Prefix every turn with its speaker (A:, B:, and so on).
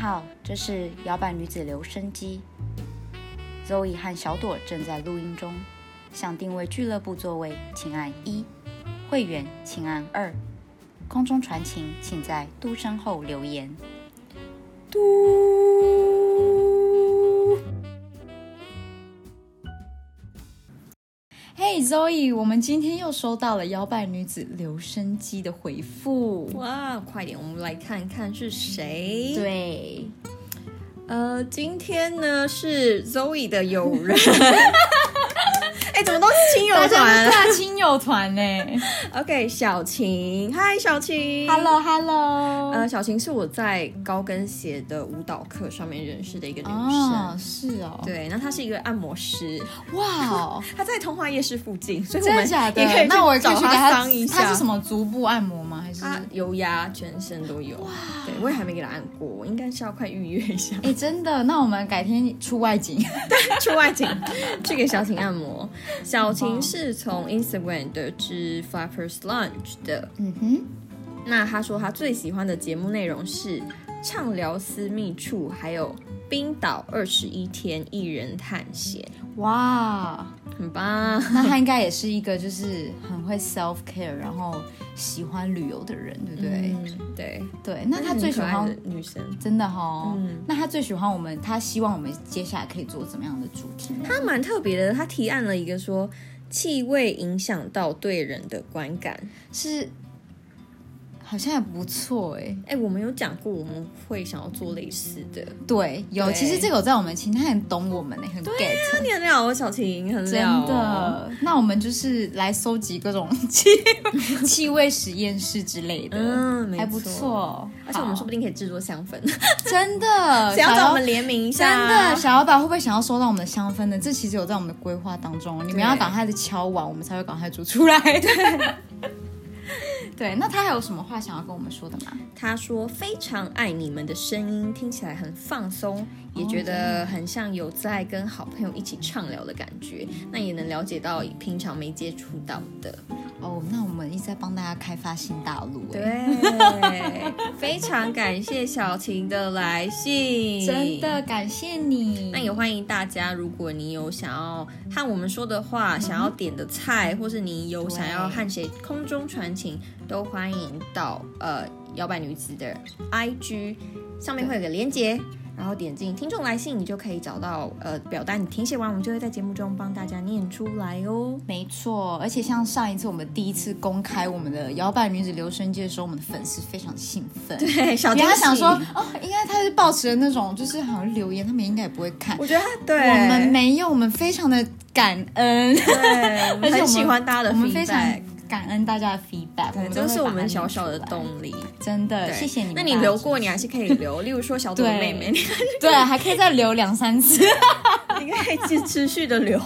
A: 好，这是摇摆女子留声机。Zoe 和小朵正在录音中。想定位俱乐部座位，请按一；会员请按二；空中传情，请在嘟声后留言。
B: 嘟。嘿、hey,，Zoe，我们今天又收到了摇摆女子留声机的回复。
C: 哇，快点，我们来看看是谁。
B: 对，
C: 呃，今天呢是 Zoe 的友 人。 哎怎么都是亲友团？
B: 大亲友 团呢、欸、
C: ？OK，小晴，嗨，小晴
B: ，Hello，Hello。
C: 呃，小晴是我在高跟鞋的舞蹈课上面认识的一个女生，
B: 哦是哦，
C: 呃对，那她是一个按摩师，
B: 哇，哦
C: 她在通化夜市附近，所以我
B: 真的
C: 们
B: 假的
C: 也可以？
B: 那我也可
C: 找
B: 以去给
C: 她
B: 她
C: 商一下。啊
B: 她是什么足部按摩吗？还是？
C: 她油压全身都有，对我也还没给她按过，我应该是要快预约一下
B: 哎、真的，那我们改天出外景。
C: 去外景去给小晴按摩。小晴是从 Instagram 得知 Flappers Lunch 的，
B: 嗯哼，
C: 那他说他最喜欢的节目内容是畅聊私密处，还有冰岛二十一天一人探险，
B: 哇，哦
C: 很棒。
B: 那他应该也是一个就是很会 self care，然后喜欢旅游的人，对不对？
C: 嗯对，
B: 对，那他最喜
C: 很可爱
B: 欢
C: 的女生，
B: 真的哦，
C: 嗯
B: 那他最喜欢我们，他希望我们接下来可以做怎么样的主题呢？
C: 她蛮特别的。她提案了一个说，气味影响到对人的观感。
B: 是好像也不错哎。
C: 哎，我们有讲过，我们会想要做类似的。
B: 对，有
C: 对
B: 其实这个有在我们情，他很懂我们呢，欸很 get，、
C: 那你很了哦，小晴，很
B: 真
C: 了哦
B: 的。那我们就是来搜集各 种气气味实验室之类的，
C: 嗯没
B: 还不
C: 错
B: 错。
C: 而且我们说不
B: 定
C: 定可以制作香氛，
B: 真的，
C: 谁要
B: 小
C: 找
B: 妖
C: 我们联名一下？
B: 真的，小老板会不会想要收到我们的香氛呢？这其实有在我们的规划当中，你们
C: 对
B: 要赶快的敲完，我们才会赶快煮出 来。对，对，那他还有什么话想要跟我们说的吗？
C: 他说非常爱你们的声音，听起来很放松，也觉得很像有在跟好朋友一起畅聊的感觉。那也能了解到平常没接触到的。
B: 哦，那我们一直在帮大家开发新大陆，哎，
C: 对，非常感谢小晴的来信，
B: 真的。感谢你。
C: 那也欢迎大家，如果你有想要和我们说的话，想要点的菜，或是你有想要和谁空中传情，都欢迎到呃摇摆女子的 IG 上面会有个连接，然后点进听众来信，你就可以找到呃表单，你填写完，我们就会在节目中帮大家念出来哦。
B: 没错，而且像上一次我们第一次公开我们的摇摆女子留声机的时候，我们的粉丝非常兴奋，对，
C: 对，小
B: 原
C: 惊
B: 来想
C: 喜
B: 说，哦，应该他是抱持的那种，就是好像留言他们应该也不会看，
C: 我觉得他对，
B: 我们没有，我们非常的感恩，
C: 对，我
B: 而
C: 们
B: 且我
C: 很
B: 们
C: 喜欢大家的
B: 我们非常
C: feedback，
B: 感恩大家的 feedback，我
C: 对，
B: 们
C: 这
B: 都
C: 是
B: 会
C: 我
B: 把它
C: 们
B: 念
C: 小小的
B: 出来，
C: 动力。
B: 真的
C: 对
B: 谢谢你们大
C: 那
B: 家
C: 你
B: 的支持。
C: 留过，你还是可以 留，例如说小朵的
B: 对
C: 妹妹，你
B: 对，还可以再留两三次。
C: 你可以继续持续的留。